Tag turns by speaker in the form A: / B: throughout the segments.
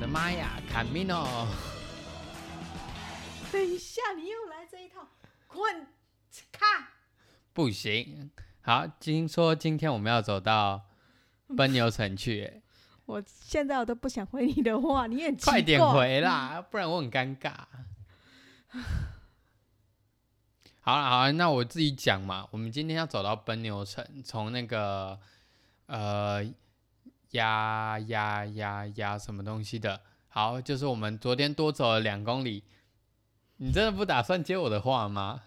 A: 的妈呀，Camino！
B: 等一下，你又来这一套，滚卡！
A: 不行，好，听说今天我们要走到奔牛城去耶，
B: 我现在我都不想回你的话，你很奇怪
A: 快点回啦，不然我很尴尬。 好了，好啦，那我自己讲嘛。我们今天要走到奔牛城，从那个呃压压压压什么东西的，好，就是我们昨天多走了两公里。你真的不打算接我的话吗？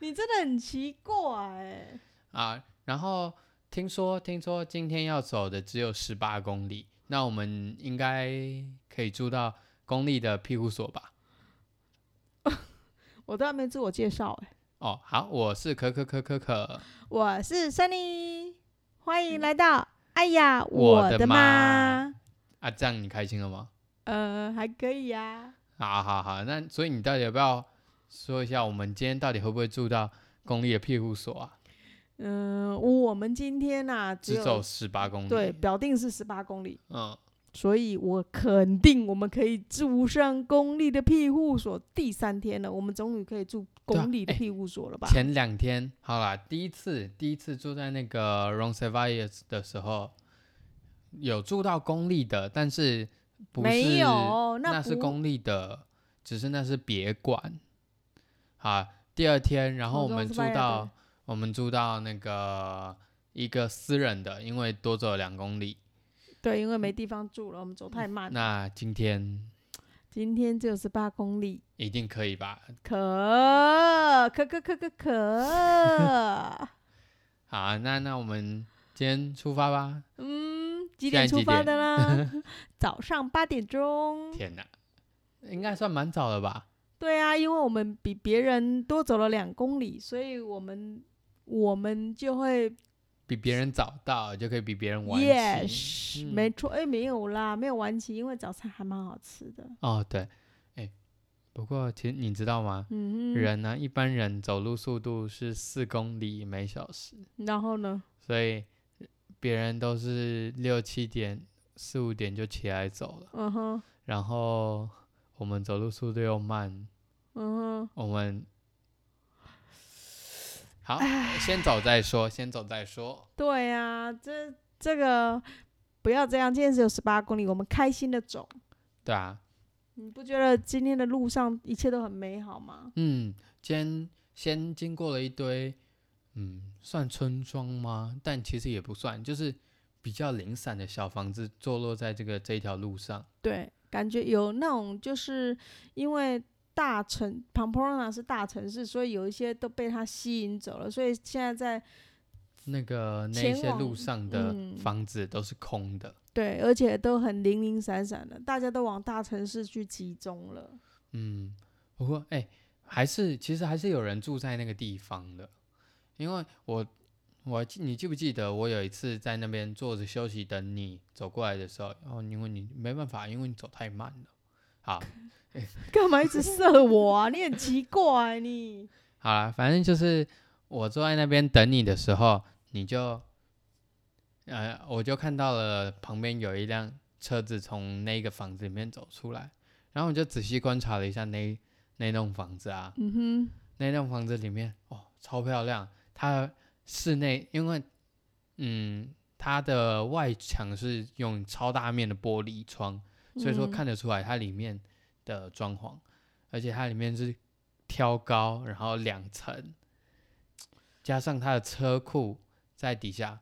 B: 你真的很奇怪、欸
A: 啊，然后听说听说今天要走的只有十八公里，那我们应该可以住到公立的庇护所吧？
B: 我都还没自我介绍哎、
A: 哦，好，我是可可可可可，
B: 我是 Sunny，欢迎来到。哎呀，
A: 嗯我
B: 我
A: 的
B: 的
A: 妈
B: 妈！
A: 啊，这样你开心了吗？
B: 呃，还可以啊。
A: 好好好，那所以你到底要不要说一下，我们今天到底会不会住到公立的庇护所啊？
B: 嗯、我们今天呐、啊，只
A: 只
B: 有
A: 走十八公里，
B: 对，，表定是十八公里，
A: 嗯，
B: 所以我肯定我们可以住上公立的庇护所。第三天了，我们终于可以住
A: 对啊
B: 公立的
A: 哎
B: 庇护所了吧？
A: 前两天好啦，第一次第一次住在那个 r o n s e v i e s 的时候，有住到公立的，但是不是
B: 没有，
A: 那
B: 不
A: 是公立的，只是那是别馆。啊，第二天，然后我
B: 哦
A: 们住
B: Roseveia
A: 到
B: 的
A: 我们住到那个一个私人的，因为多走了两公里。
B: 对，因为没地方住了，我们走太慢了。
A: 那今天
B: 今天只有十八公里，
A: 一定可以吧？
B: 可可可可可可，
A: 好，那那我们今天出发吧。
B: 嗯，几
A: 现在
B: 点
A: 几
B: 出发
A: 点
B: 的啦？ 早上八点钟。
A: 天哪，应该算蛮早了吧？
B: 对啊，因为我们比别人多走了两公里，所以我们我们就会
A: 比别人早到就可以比别人晚起。
B: yes，、
A: 嗯
B: 没错，哎，没有啦，没有晚起，因为早餐还蛮好吃的。
A: 哦，对，哎、不过其实你知道吗？
B: 嗯哼，
A: 人呢、一般人走路速度是四公里每小时，
B: 然后呢？
A: 所以别人都是六七点、四五点就起来走了，
B: 嗯哼，
A: 然后我们走路速度又慢，
B: 嗯哼，
A: 我们好，先走再说，先走再说。
B: 对啊，这这个不要这样，今天只有十八公里，我们开心的走。
A: 对啊，
B: 你不觉得今天的路上一切都很美好吗？
A: 嗯，先先经过了一堆，嗯，算村庄吗？但其实也不算，就是比较零散的小房子坐落在这个这一条路上。
B: 对，感觉有那种就是因为大城 Pamplona 是大城市，所以有一些都被它吸引走了，所以现在在
A: 那个那一
B: 前
A: 些路
B: 往
A: 上的
B: 嗯
A: 房子都是空的，
B: 对，而且都很零零散散的，大家都往大城市去集中了。
A: 嗯，不过哎、还是其实还是有人住在那个地方的，因为我我记你记不记得我有一次在那边坐着休息等你走过来的时候，然、后因为你没办法，因为你走太慢了，好，
B: 干嘛一直 射我啊？你很奇怪、你。
A: 好啦，反正就是我坐在那边等你的时候，你就，呃，我就看到了旁边有一辆车子从那个房子里面走出来，然后我就仔细观察了一下那那栋房子啊，
B: 嗯
A: 那栋房子里面哦，超漂亮，它室内因为，嗯，它的外墙是用超大面的玻璃窗，
B: 哼，
A: 所以说
B: 嗯
A: 看得出来它里面的装潢，而且它里面是挑高，然后两层，加上它的车库在底下，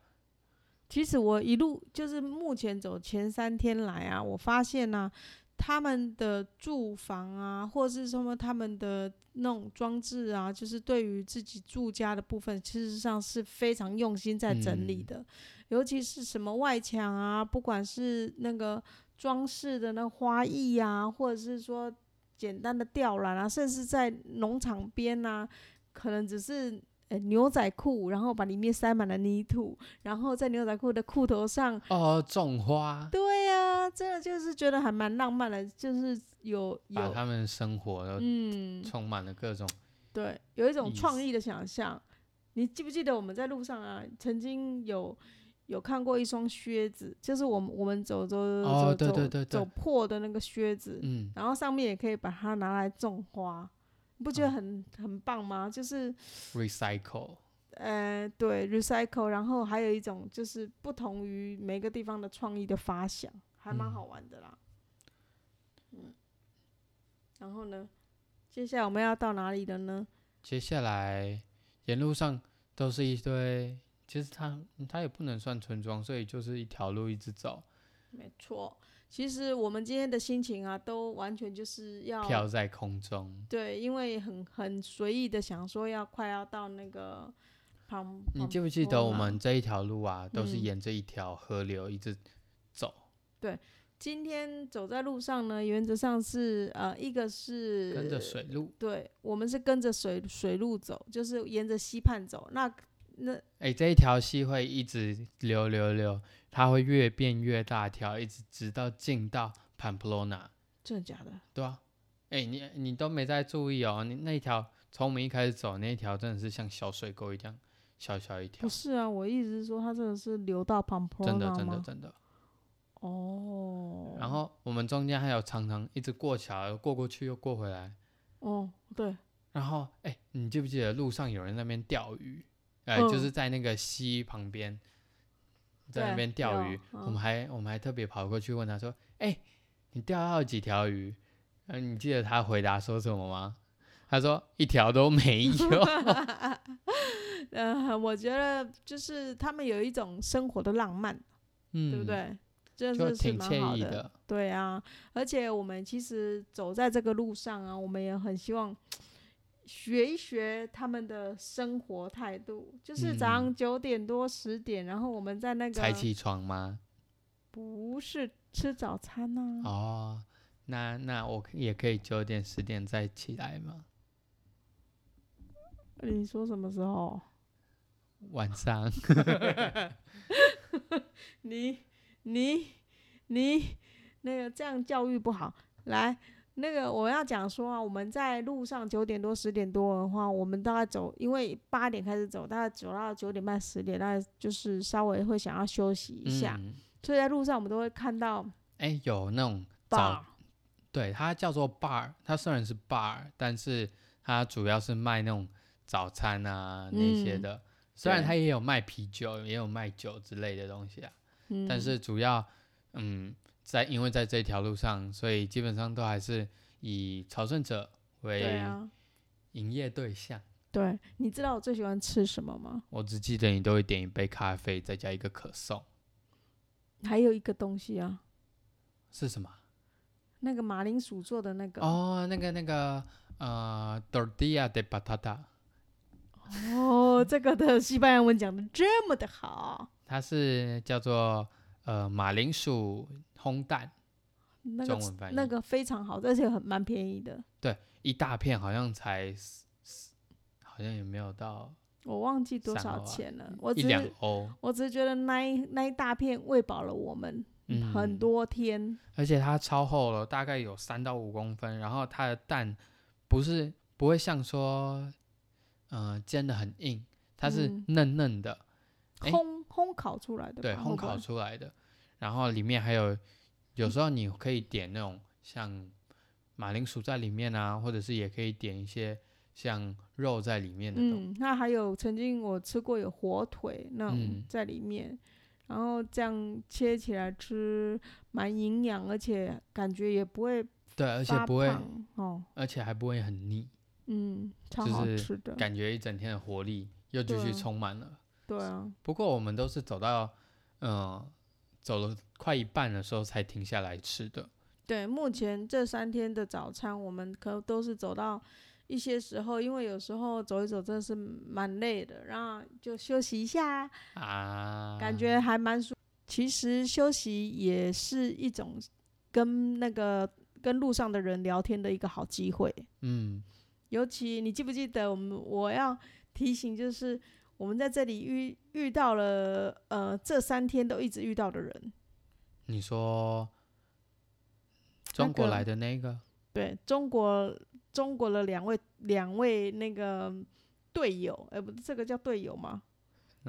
B: 其实我一路就是目前走前三天来啊，我发现呢、他们的住房啊，或是什么他们的那种装置啊，就是对于自己住家的部分，事实上是非常用心在整理
A: 嗯
B: 的。尤其是什么外墙啊，不管是那个装饰的那花艺啊，或者是说简单的吊篮啊，甚至在农场边啊，可能只是。呃牛仔裤，然后把里面塞满了泥土，然后在牛仔裤的裤头上，
A: 哦，种花，
B: 对呀、真的就是觉得还蛮浪漫的，就是有
A: 把
B: 有
A: 他们生活都
B: 嗯，
A: 充满了各种，
B: 对，有一
A: 意
B: 种
A: 思
B: 创意的想象。你记不记得我们在路上啊，曾经有有看过一双靴子，就是我们我们走走走走、
A: 哦对
B: 走
A: 对对对
B: 走破的那个靴子，
A: 嗯，
B: 然后上面也可以把它拿来种花，你不觉得
A: 嗯
B: 很、很棒吗？就是。
A: recycle，
B: 呃，对，recycle，然后还有一种就是不同于每个地方的创意的发想，还蛮
A: 嗯
B: 好玩的啦。嗯，然后呢，接下来我们要到哪里了呢？
A: 接下来沿路上都是一堆，其实它嗯它也不能算村庄，所以就是一条路一直走，
B: 没错，其实我们今天的心情啊，都完全就是
A: 飘
B: 要
A: 在空中。
B: 对，因为很很随意的想说要快要到那个旁，
A: 你
B: 旁
A: 记不记得
B: 坡
A: 我
B: 嘛
A: 们这一条路啊，都是
B: 嗯
A: 沿着一条河流一直走，
B: 今天走在路上呢，原则上是呃，一个是
A: 跟着水路。
B: 对，我们是跟着水水路走，就是沿着溪畔走。那那
A: 哎、这一条溪会一直流流流，它会越变越大条，一直直到进到 Pamplona，
B: 真的假的？
A: 对啊。哎、你你都没在注意哦，你那一条从我们一开始走那一条真的是像小水沟一样，小小一条
B: 不，是啊，我一直说它真的是流到 Pamplona
A: 真的真的
B: 吗
A: 真的。
B: 哦，
A: 然后我们中间还有常常一直过桥，过过去又过回来。
B: 哦， 对，
A: 然后哎、你记不记得路上有人在那边钓鱼？哎、
B: 嗯
A: 就是在那个溪旁边，在那
B: 对
A: 边钓
B: 有
A: 鱼。我
B: 嗯
A: 们还我们还特别跑过去问他说：“哎、你钓到几条鱼？”嗯、你记得他回答说什么吗？他说：“一条都没有。
B: 呃，我觉得就是他们有一种生活的浪漫，”
A: 嗯，
B: 对不？对？这
A: 就是
B: 是
A: 挺
B: 蛮
A: 惬
B: 好
A: 意
B: 的。
A: 的。
B: 对啊，而且我们其实走在这个路上啊，我们也很希望学一学他们的生活态度。就是早上
A: 嗯
B: 九点多十点，然后我们在那个
A: 才起床吗？
B: 不是吃早餐啊呐、
A: 哦，那那我也可以九点十点再起来吗？
B: 你说什么时候？
A: 晚上
B: 你你你那个这样教育不好。来，那个我要讲说啊，我们在路上九点多十点多的话，我们大概走，因为八点开始走，大概走到九点半十点，大概就是稍微会想要休息一下，
A: 嗯
B: 所以在路上我们都会看到
A: 哎、有那种早
B: bar，
A: 对，它叫做 bar，它虽然是 bar，但是它主要是卖那种早餐啊那些
B: 嗯
A: 的。虽然
B: 对
A: 它也有卖啤酒，也有卖酒之类的东西啊，
B: 嗯、
A: 但是主要，嗯，在因为在这条路上，所以基本上都还是以朝圣者
B: 对
A: 为
B: 啊，
A: 营业对象。
B: 对，你知道我最喜欢吃什么吗？
A: 我只记得你都会点一杯咖啡，再加一个可颂，
B: 还有一个东西啊，
A: 是什么？啊
B: 那个马铃薯做的那个
A: 哦，那个那个呃，tortilla de patata，
B: 哦，这个的西班牙文讲的这么的好，
A: 它是叫做呃马铃薯烘蛋。
B: 那个
A: 中文翻译
B: 那个非常好，而且很蛮便宜的。
A: 一大片好像才四，四好像也没有到
B: 我忘记多
A: 散
B: 少
A: 欧啊
B: 钱了，我
A: 一
B: 只
A: 两
B: 是
A: 欧，
B: 我只是觉得那一那一大片喂饱了我们、
A: 嗯，
B: 很。多天。
A: 而且它超厚了，大概有三到五公分，然后它的蛋不是不会像说，呃，煎的很硬，它是
B: 嗯
A: 嫩嫩的，哎
B: 烘烘烤出来的吧，
A: 对，
B: 会
A: 烘
B: 不会
A: 烤出来的。然后里面还有，有时候你可以点那种像马铃薯在里面啊，或者是也可以点一些像肉在里面的东
B: 嗯，那还有曾经我吃过有火腿那种
A: 嗯
B: 在里面，然后这样切起来吃，蛮营养，而且感觉也不会
A: 对，而
B: 而
A: 且不会，
B: 哦，
A: 而且还不会很腻，
B: 嗯，超
A: 就
B: 好
A: 是
B: 吃的，
A: 感觉一整天的活力又继
B: 嗯对
A: 续
B: 啊
A: 充满了。
B: 对啊，
A: 不过我们都是走到，嗯、走了快一半的时候才停下来吃的。
B: 对，目前这三天的早餐，我们可都是走到一些时候，因为有时候走一走真的是蛮累的，然后就休息一下，
A: 啊，
B: 感觉还蛮舒。其实休息也是一种跟那个跟路上的人聊天的一个好机会。
A: 嗯，
B: 尤其你记不记得我们我要提醒，就是我们在这里遇遇到了呃这三天都一直遇到的人，
A: 你说中国
B: 个
A: 来的那个，
B: 对中国中国的两位两位那个队友，哎、不，这个叫队友吗？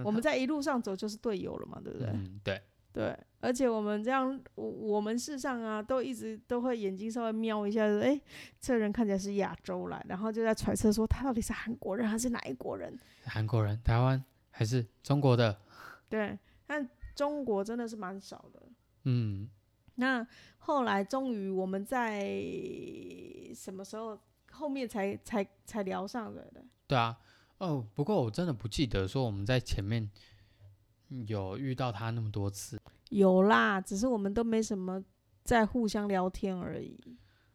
B: 我们在一路上走就是队友了嘛，对不对？
A: 嗯，对，
B: 对，而且我们这样，我我们事实上啊，都一直都会眼睛稍微瞄一下，说，哎，这人看起来是亚洲来，然后就在揣测说他到底是韩国人还是哪一国人？
A: 韩国人、台湾还是中国的，
B: 对，但中国真的是蛮少的。
A: 嗯，
B: 那后来终于我们在什么时候后面才才才聊上的的？
A: 对啊，哦，不过我真的不记得说我们在前面有遇到他那么多次
B: 有啦，只是我们都没什么在互相聊天而已。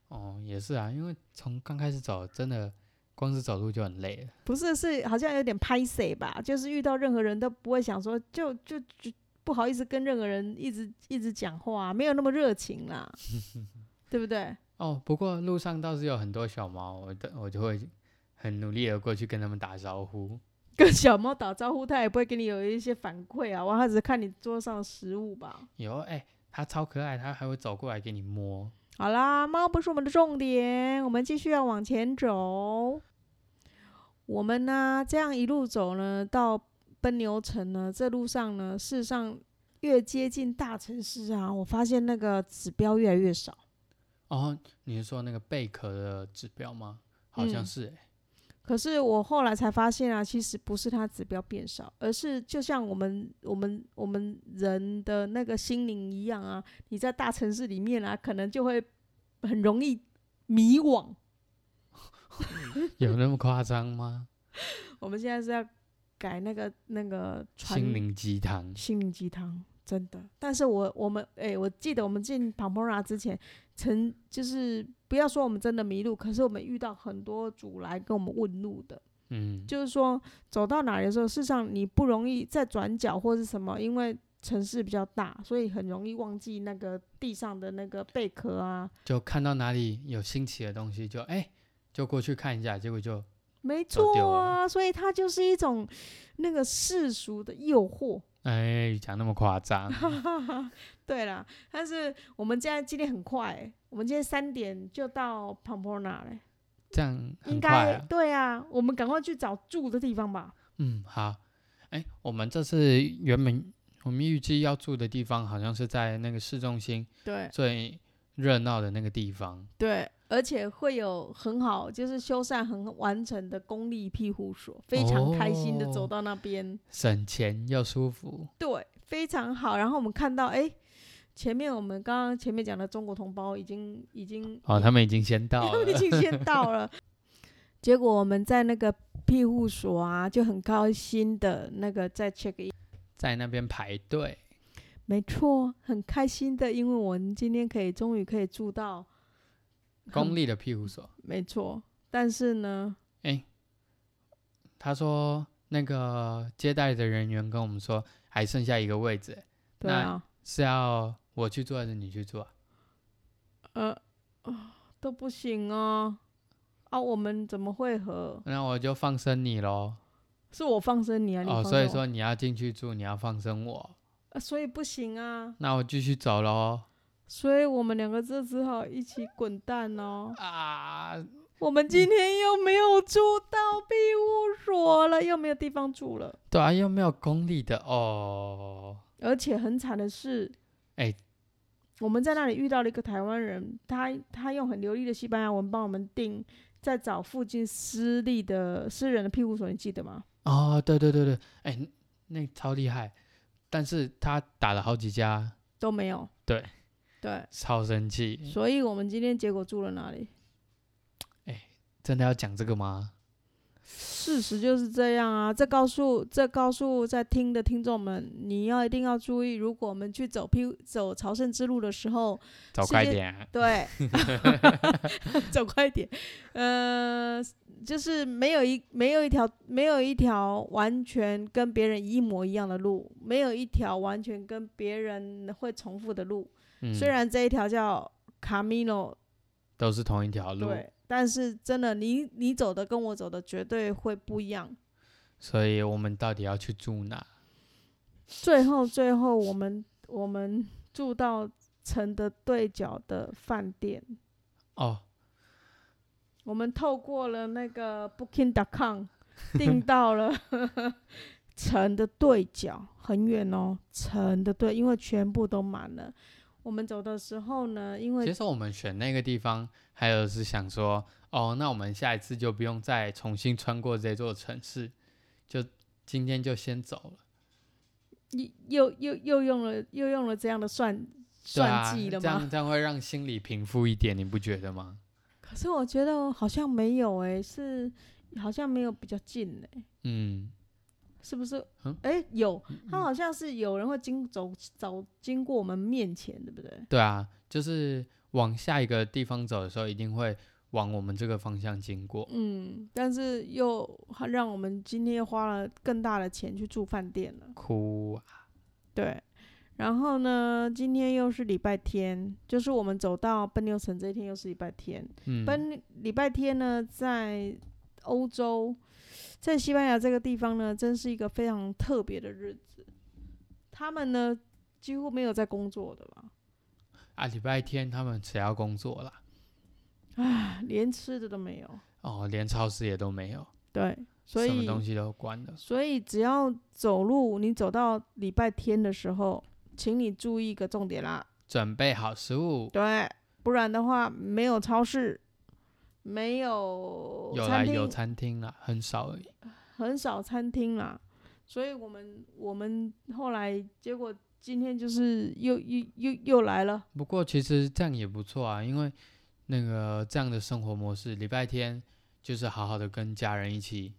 A: 哦，也是啊，因为从刚开始走，真的光是走路就很累了，
B: 不是，是好像有点拍谁吧？就是遇到任何人都不会想说，就就就不好意思跟任何人一直一直讲话、没有那么热情啦，对不对？
A: 哦，不过路上倒是有很多小猫，我的我就会很努力的过去跟他们打招呼，
B: 跟小猫打招呼，它也不会给你有一些反馈啊，哇，它只是看你桌上的食物吧。
A: 有哎、它超可爱，它还会走过来给你摸，
B: 好啦，猫不是我们的重点，我们继续要往前走。我们呢，这样一路走呢，到奔牛城呢，这路上呢，事实上越接近大城市啊，我发现那个指标越来越少。
A: 哦，你是说那个贝壳的指标吗？好像
B: 嗯
A: 是、欸，
B: 可是我后来才发现啊，其实不是它指标变少，而是就像我们我们我们人的那个心灵一样啊，你在大城市里面啊，可能就会很容易迷惘。
A: 有那么夸张吗？
B: 我们现在是要改那个那个传
A: 心灵鸡汤，
B: 心灵鸡汤，真的。但是我我们诶，我记得我们进庞波拉之前，曾就是不要说我们真的迷路，可是我们遇到很多主来跟我们问路的。
A: 嗯，
B: 就是说走到哪里的时候，事实上你不容易再转角或是什么，因为城市比较大，所以很容易忘记那个地上的那个贝壳啊。
A: 就看到哪里有新奇的东西，就哎、就过去看一下，结果就
B: 没
A: 走丢
B: 错啊，所以它就是一种那个世俗的诱惑。
A: 哎讲、那么夸 张，
B: 对啦，但是我们现在今天很快欸、我们今天三点就到庞波纳嘞，
A: 这样
B: 应
A: 很快、
B: 该
A: 啊。
B: 对啊，我们赶快去找住的地方吧。
A: 嗯，好，哎、我们这次原本我们预计要住的地方好像是在那个市中心
B: 对
A: 最热闹的那个地方，
B: 对，而且会有很好，就是修缮很完成的公立庇护所，非常开心的走
A: 哦
B: 到那边，
A: 省钱又舒服。
B: 对，非常好。然后我们看到，哎，前面我们刚刚前面讲的中国同胞已经已经
A: 哦，他们已经先到
B: 他们已
A: 了，
B: 经先到 了。结果我们在那个庇护所啊，就很高兴的那个在 check in，
A: 在那边排队。
B: 没错，很开心的，因为我们今天可以终于可以住到
A: 公
B: 很，
A: 立的庇护所，
B: 没错。但是呢，
A: 他说那个接待的人员跟我们说还剩下一个位置，
B: 对
A: 那
B: 啊，
A: 是要我去做还是你去做啊？
B: 呃，啊都不行哦。啊，我们怎么会合？
A: 那我就放生你喽。
B: 是我放生你啊，你
A: 哦，
B: 放
A: 所以
B: 生
A: 说
B: 我、
A: 你要进去住，你要放生我，
B: 啊所以不行啊，
A: 那我继续走喽。
B: 所以我们两个就只好一起滚蛋哦。
A: 啊，
B: 我们今天又没有住到庇护所了，又没有地方住了，
A: 对啊，又没有公立的哦。
B: 而且很惨的是，
A: 哎
B: 我们在那里遇到了一个台湾人，他他用很流利的西班牙文帮我们订，在找附近私立的私人的庇护所，你记得吗？
A: 哦，对对对对，哎、那超厉害，但是他打了好几家，
B: 都没有。
A: 对嗯
B: 对，
A: 超生气。
B: 所以我们今天结果住了哪里？
A: 真的要讲这个吗？
B: 事实就是这样啊！这告诉这告诉在听的听众们，你要一定要注意，如果我们去走庇走朝圣之路的时候，
A: 走
B: 世
A: 快
B: 界
A: 点啊、
B: 对， 走快一点。呃，就是没有一没有一条没有一条完全跟别人一模一样的路，没有一条完全跟别人会重复的路。
A: 嗯，
B: 虽然这一条叫 Camino，
A: 都是同一条路，
B: 对，但是真的你你走的跟我走的绝对会不一样。
A: 所以我们到底要去住哪？
B: 最后最后，我们我们住到城的对角的饭店。
A: 哦，
B: 我们透过了那个 Booking.com 订到了 城的对角，很远哦，城的对，因为全部都满了。我们走的时候呢，因为
A: 其实我们选那个地方，还有是想说，哦，那我们下一次就不用再重新穿过这座城市，就今天就先走了。
B: 又又又用了又用了这样的算
A: 对啊，
B: 算计了
A: 这
B: 吗？
A: 样这样会让心里平复一点，你不觉得吗？
B: 可是我觉得好像没有诶、是好像没有比较近诶、
A: 嗯，
B: 是不是
A: 嗯？
B: 哎、有，他好像是有人会经走走经过我们面前，对不对？
A: 对啊，就是往下一个地方走的时候，一定会往我们这个方向经过。
B: 嗯，但是又让我们今天又花了更大的钱去住饭店了。
A: 哭啊，
B: 对，然后呢，今天又是礼拜天，就是我们走到奔牛城这一天又是礼拜天。
A: 嗯，
B: 奔礼拜天呢，在欧洲，在西班牙这个地方呢，真是一个非常特别的日子。他们呢，几乎没有在工作的吧？
A: 啊，礼拜天他们谁要工作啦？
B: 连吃的都没有。
A: 哦，连超市也都没有，
B: 对，所
A: 什么
B: 以
A: 东西都关了。
B: 所以只要走路，你走到礼拜天的时候，请你注意一个重点啦，
A: 准备好食物，
B: 对，不然的话没有超市，没有
A: 有啦
B: 餐厅，
A: 有餐厅啦，很少而已。
B: 很少餐厅啦。所以我们我们后来结果今天就是又又又又来了，
A: 不过其实这样也不错啊，因为那个这样的生活模式，礼拜天就是好好的跟家人一起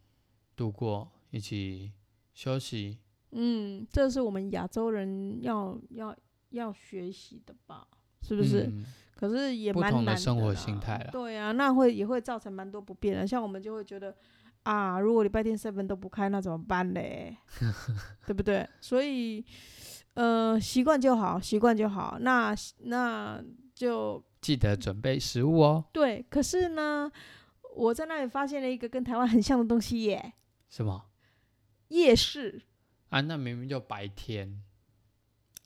A: 度过，一起休息。
B: 嗯，这是我们亚洲人要要要学习的吧？是不是？
A: 嗯
B: 可是也
A: 不
B: 蛮
A: 同的
B: 难
A: 生活
B: 啦
A: 形态啦
B: 对啊，那会也会造成蛮多不便的。像我们就会觉得啊，如果礼拜天 seven 都不开，那怎么 办嘞？对不对？所以呃，习惯就好，习惯就好。那那就
A: 记得准备食物哦。
B: 对。可是呢，我在那里发现了一个跟台湾很像的东西耶，
A: 什么
B: 夜市。
A: 啊？那明明就白天，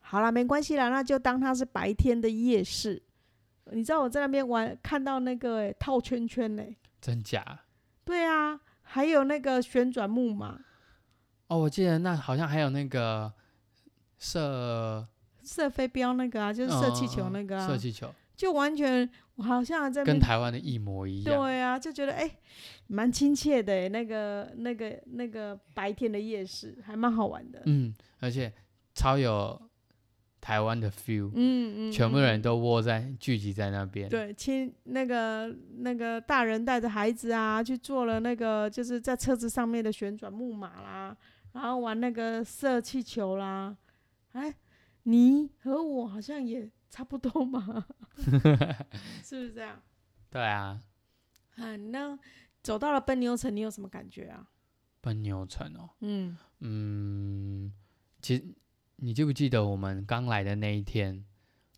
B: 好啦，没关系啦，那就当它是白天的夜市。你知道我在那边玩，看到那个耶套圈圈嘞、
A: 真假？
B: 对啊，还有那个旋转木马、
A: 哦，我记得那好像还有那个射，
B: 射飞镖那个啊，就是射气
A: 嗯
B: 球
A: 嗯嗯
B: 那个啊，
A: 射气球，
B: 就完全我好像在那
A: 跟
B: 边
A: 台湾的一模一样。
B: 对啊，就觉得哎，蛮、亲切的耶那个那个那个白天的夜市还蛮好玩的。
A: 嗯，而且超有台湾的 feel，、
B: 嗯嗯，
A: 全部
B: 嗯
A: 人都窝在聚集在那边。，
B: 对，亲那个那个大人带着孩子啊，去坐了那个就是在车子上面的旋转木马啦，然后玩那个射气球啦。哎，你和我好像也差不多嘛， 是不是这样？
A: 对啊，
B: 啊，那走到了奔牛城，你有什么感觉啊？
A: 奔牛城哦，
B: 嗯，
A: 嗯，其实你记不记得我们刚来的那一天？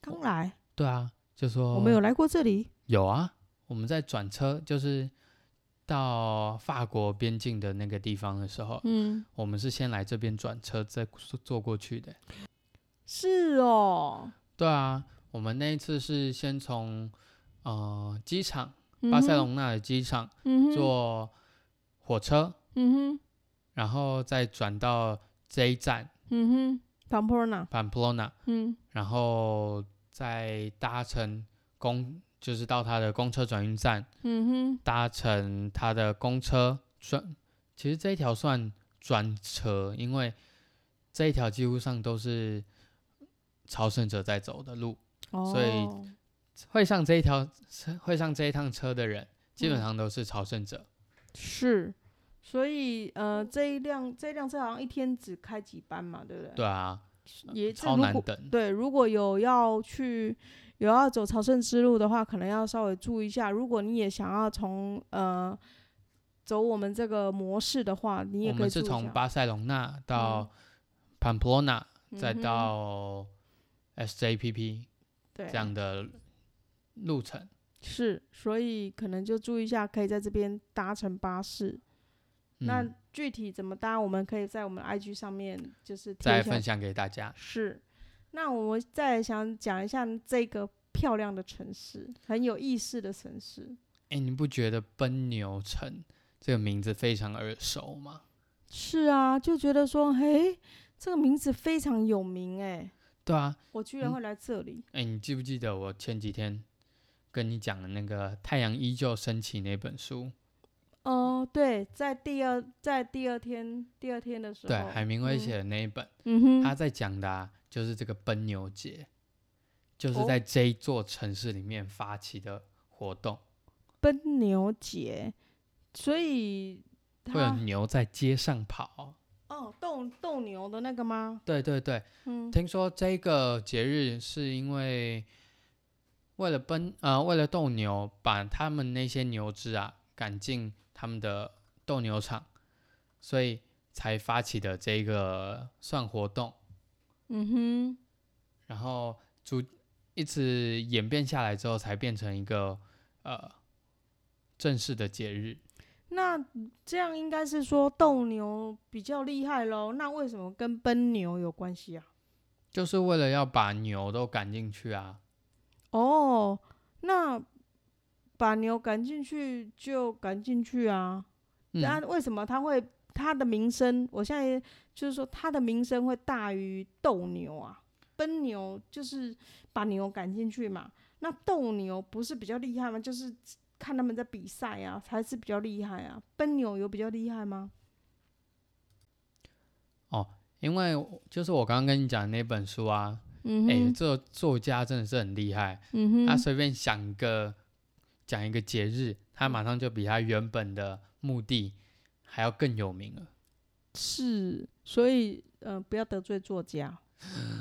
B: 刚来，
A: 对啊，就说
B: 我们有来过这里。
A: 有啊，我们在转车，就是到法国边境的那个地方的时候，
B: 嗯，
A: 我们是先来这边转车，再坐过去的。
B: 是哦，
A: 对啊，我们那一次是先从呃机场，
B: 嗯
A: 巴塞
B: 哼，
A: 隆纳的机场。
B: 嗯哼，
A: 坐火车，
B: 嗯哼，
A: 然后再转到这一站
B: 嗯哼，唐波纳，
A: Pamplona，
B: 嗯
A: 然后再搭乘公，就是到它的公车转运站，
B: 嗯
A: 搭乘它的公车转。其实这一条算专车，因为这一条几乎上都是朝圣者在走的路，
B: 哼，哦，
A: 所以会上这一条会上这一趟车的人，基
B: 嗯
A: 本上都是朝圣者。
B: 是，所以呃，这一辆这一辆车好像一天只开几班嘛，对不对？
A: 对啊，
B: 也这
A: 超
B: 如
A: 难
B: 果
A: 等。
B: 对，如果有要去有要走朝圣之路的话，可能要稍微注意一下。如果你也想要从呃走我们这个模式的话，你也
A: 我
B: 可以
A: 们是
B: 注嗯意一
A: 从
B: 下。
A: 巴塞隆纳到 Pamplona，、再
B: 嗯
A: 到 SJPP
B: 对
A: 这样的路程。
B: 是，所以可能就注意一下，可以在这边搭乘巴士。那
A: 嗯、
B: 具体怎么搭，我们可以在我们 IG 上面就是贴
A: 再
B: 一下
A: 分享给大家。
B: 是，那我再想讲一下这个漂亮的城市，很有意思的城市。
A: 哎，你不觉得奔牛城这个名字非常耳熟吗？
B: 是啊，就觉得说，嘿，这个名字非常有名哎、
A: 对啊，
B: 我居然
A: 嗯
B: 会来这里。
A: 哎，你记不记得我前几天跟你讲的那个《太阳依旧升起》那本书？
B: 哦、对，在第二在第二天第二天的时候，
A: 对，海明威
B: 嗯
A: 写的那一本，
B: 嗯
A: 他
B: 哼，
A: 在讲的、啊、就是这个奔牛节，就是
B: 哦
A: 在这一座城市里面发起的活动，
B: 奔牛节，所以
A: 会有
B: 他
A: 牛在街上跑。
B: 哦斗斗牛的那个吗？
A: 对对对，
B: 嗯，
A: 听说这个节日是因为为了奔呃为了斗牛，把他们那些牛只啊赶进他们的斗牛场，所以才发起的这个算活动，
B: 嗯哼，
A: 然后逐一直演变下来之后，才变成一个呃正式的节日。
B: 那这样应该是说斗牛比较厉害喽。那为什么跟奔牛有关系啊？
A: 就是为了要把牛都赶进去啊，
B: 哦，那把牛赶进去就赶进去啊。那、
A: 嗯，
B: 为什么他会他的名声？我现在就是说他的名声会大于斗牛啊，奔牛就是把牛赶进去嘛。那斗牛不是比较厉害吗？就是看他们在比赛啊，才是比较厉害啊。奔牛有比较厉害吗？
A: 因为我就是我刚刚跟你讲的那本书啊，
B: 嗯
A: 哎、这作家真的是很厉害，
B: 嗯
A: 他啊随便想一个讲一个节日，他马上就比他原本的目的还要更有名了。
B: 是，所以呃，不要得罪作家，是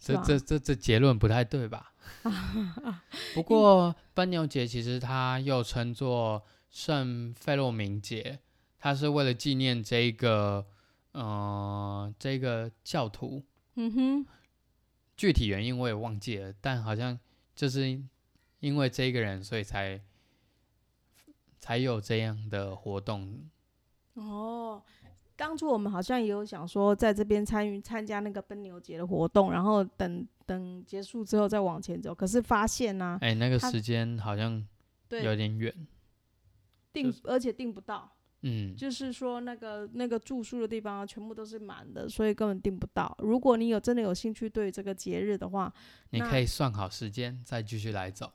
A: 这
B: 吧
A: 这这这结论不太对 吧？不过奔牛节其实它又称作圣费洛明节，它是为了纪念这个呃这个教徒，
B: 嗯哼，
A: 具体原因我也忘记了，但好像就是因为这一个人，所以才才有这样的活动。
B: 哦。当初我们好像也有想说，在这边参与参加那个奔牛节的活动，然后等等结束之后再往前走。可是发现呢、
A: 哎、那个
B: 啊他
A: 时间好像有
B: 对，
A: 点远。
B: 订
A: 是
B: 而且订不到，
A: 嗯，
B: 就是说那个那个住宿的地方啊、全部都是满的，所以根本订不到。如果你有真的有兴趣对于这个节日的话，
A: 你
B: 那
A: 可以算好时间再继续来走。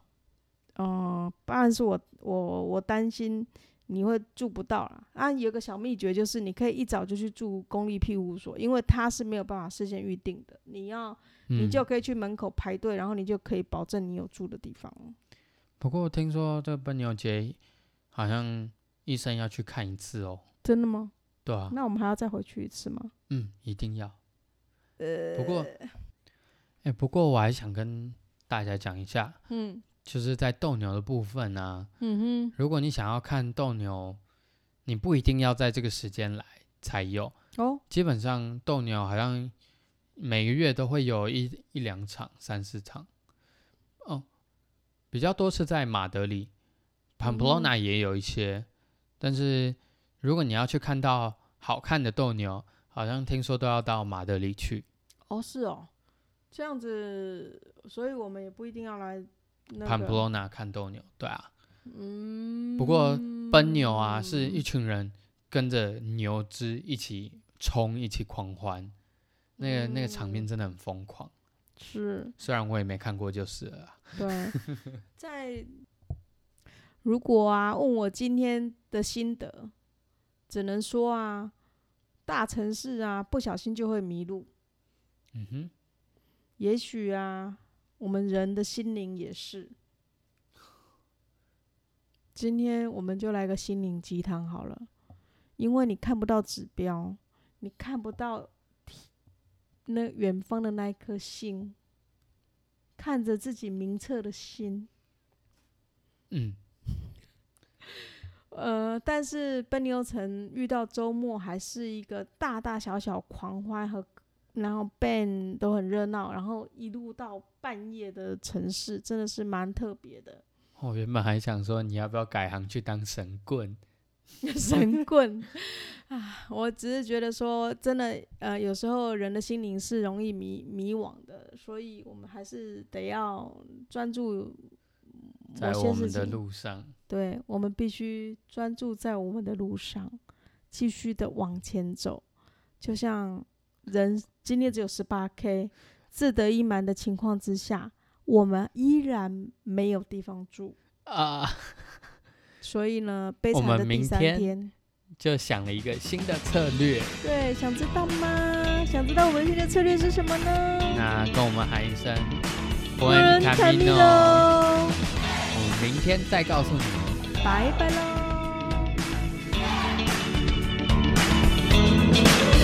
B: 嗯，当然是我我我担心你会住不到啦。啊，有个小秘诀就是，你可以一早就去住公立庇护所，因为它是没有办法事先预定的。你要
A: 嗯，
B: 你就可以去门口排队，然后你就可以保证你有住的地方。
A: 不过听说这奔牛节好像一生要去看一次哦。
B: 真的吗？
A: 对啊，
B: 那我们还要再回去一次吗？
A: 嗯，一定要。呃，不过，哎、不过我还想跟大家讲一下，
B: 嗯
A: 就是在斗牛的部分呢、啊。
B: 嗯
A: 如果你想要看斗牛，你不一定要在这个时间来才有。
B: 哼，哦，
A: 基本上斗牛好像每个月都会有一一两场、三四场。哦，比较多是在马德里，Pamplona
B: 嗯
A: 也有一些。但是如果你要去看到好看的斗牛，好像听说都要到马德里去。
B: 哦是哦，这样子，所以我们也不一定要来那个，
A: Pamplona 看斗牛，对啊，
B: 嗯，
A: 不过奔牛啊是一群人跟着牛只一起冲，一起狂欢。那个那个场面真的很疯狂，
B: 是
A: 虽然我也没看过就是了啊。
B: 对，在如果啊问我今天的心得，只能说啊，大城市啊不小心就会迷路，
A: 嗯哼，
B: 也许啊我们人的心灵也是。今天我们就来个心灵鸡汤好了，因为你看不到指标，你看不到那远方的那一颗星，看着自己明澈的心。
A: 嗯，
B: 呃，但是奔牛城遇到周末还是一个大大小小狂欢和，然后 band 都很热闹，然后一路到半夜的城市，真的是蛮特别的。
A: 我哦原本还想说你要不要改行去当神棍，
B: 神棍啊，我只是觉得说，真的，呃，有时候人的心灵是容易迷迷惘的，所以我们还是得要专注
A: 在
B: 某
A: 我
B: 些事
A: 们的
B: 情。
A: 路上，
B: 对，我们必须专注在我们的路上，继续的往前走。就像人今天只有十八 K，自得意满的情况之下，我们依然没有地方住，
A: 啊、
B: 所以呢，悲
A: 我
B: 惨
A: 们
B: 的第
A: 明
B: 三
A: 天
B: 天
A: 就想了一个新的策略。
B: 对，想知道吗？想知道我们现在策略是什么呢？
A: 那跟我们喊一声，
B: 我
A: 恩卡米诺，
B: 喽，
A: 我们明天再告诉你。
B: 拜拜喽。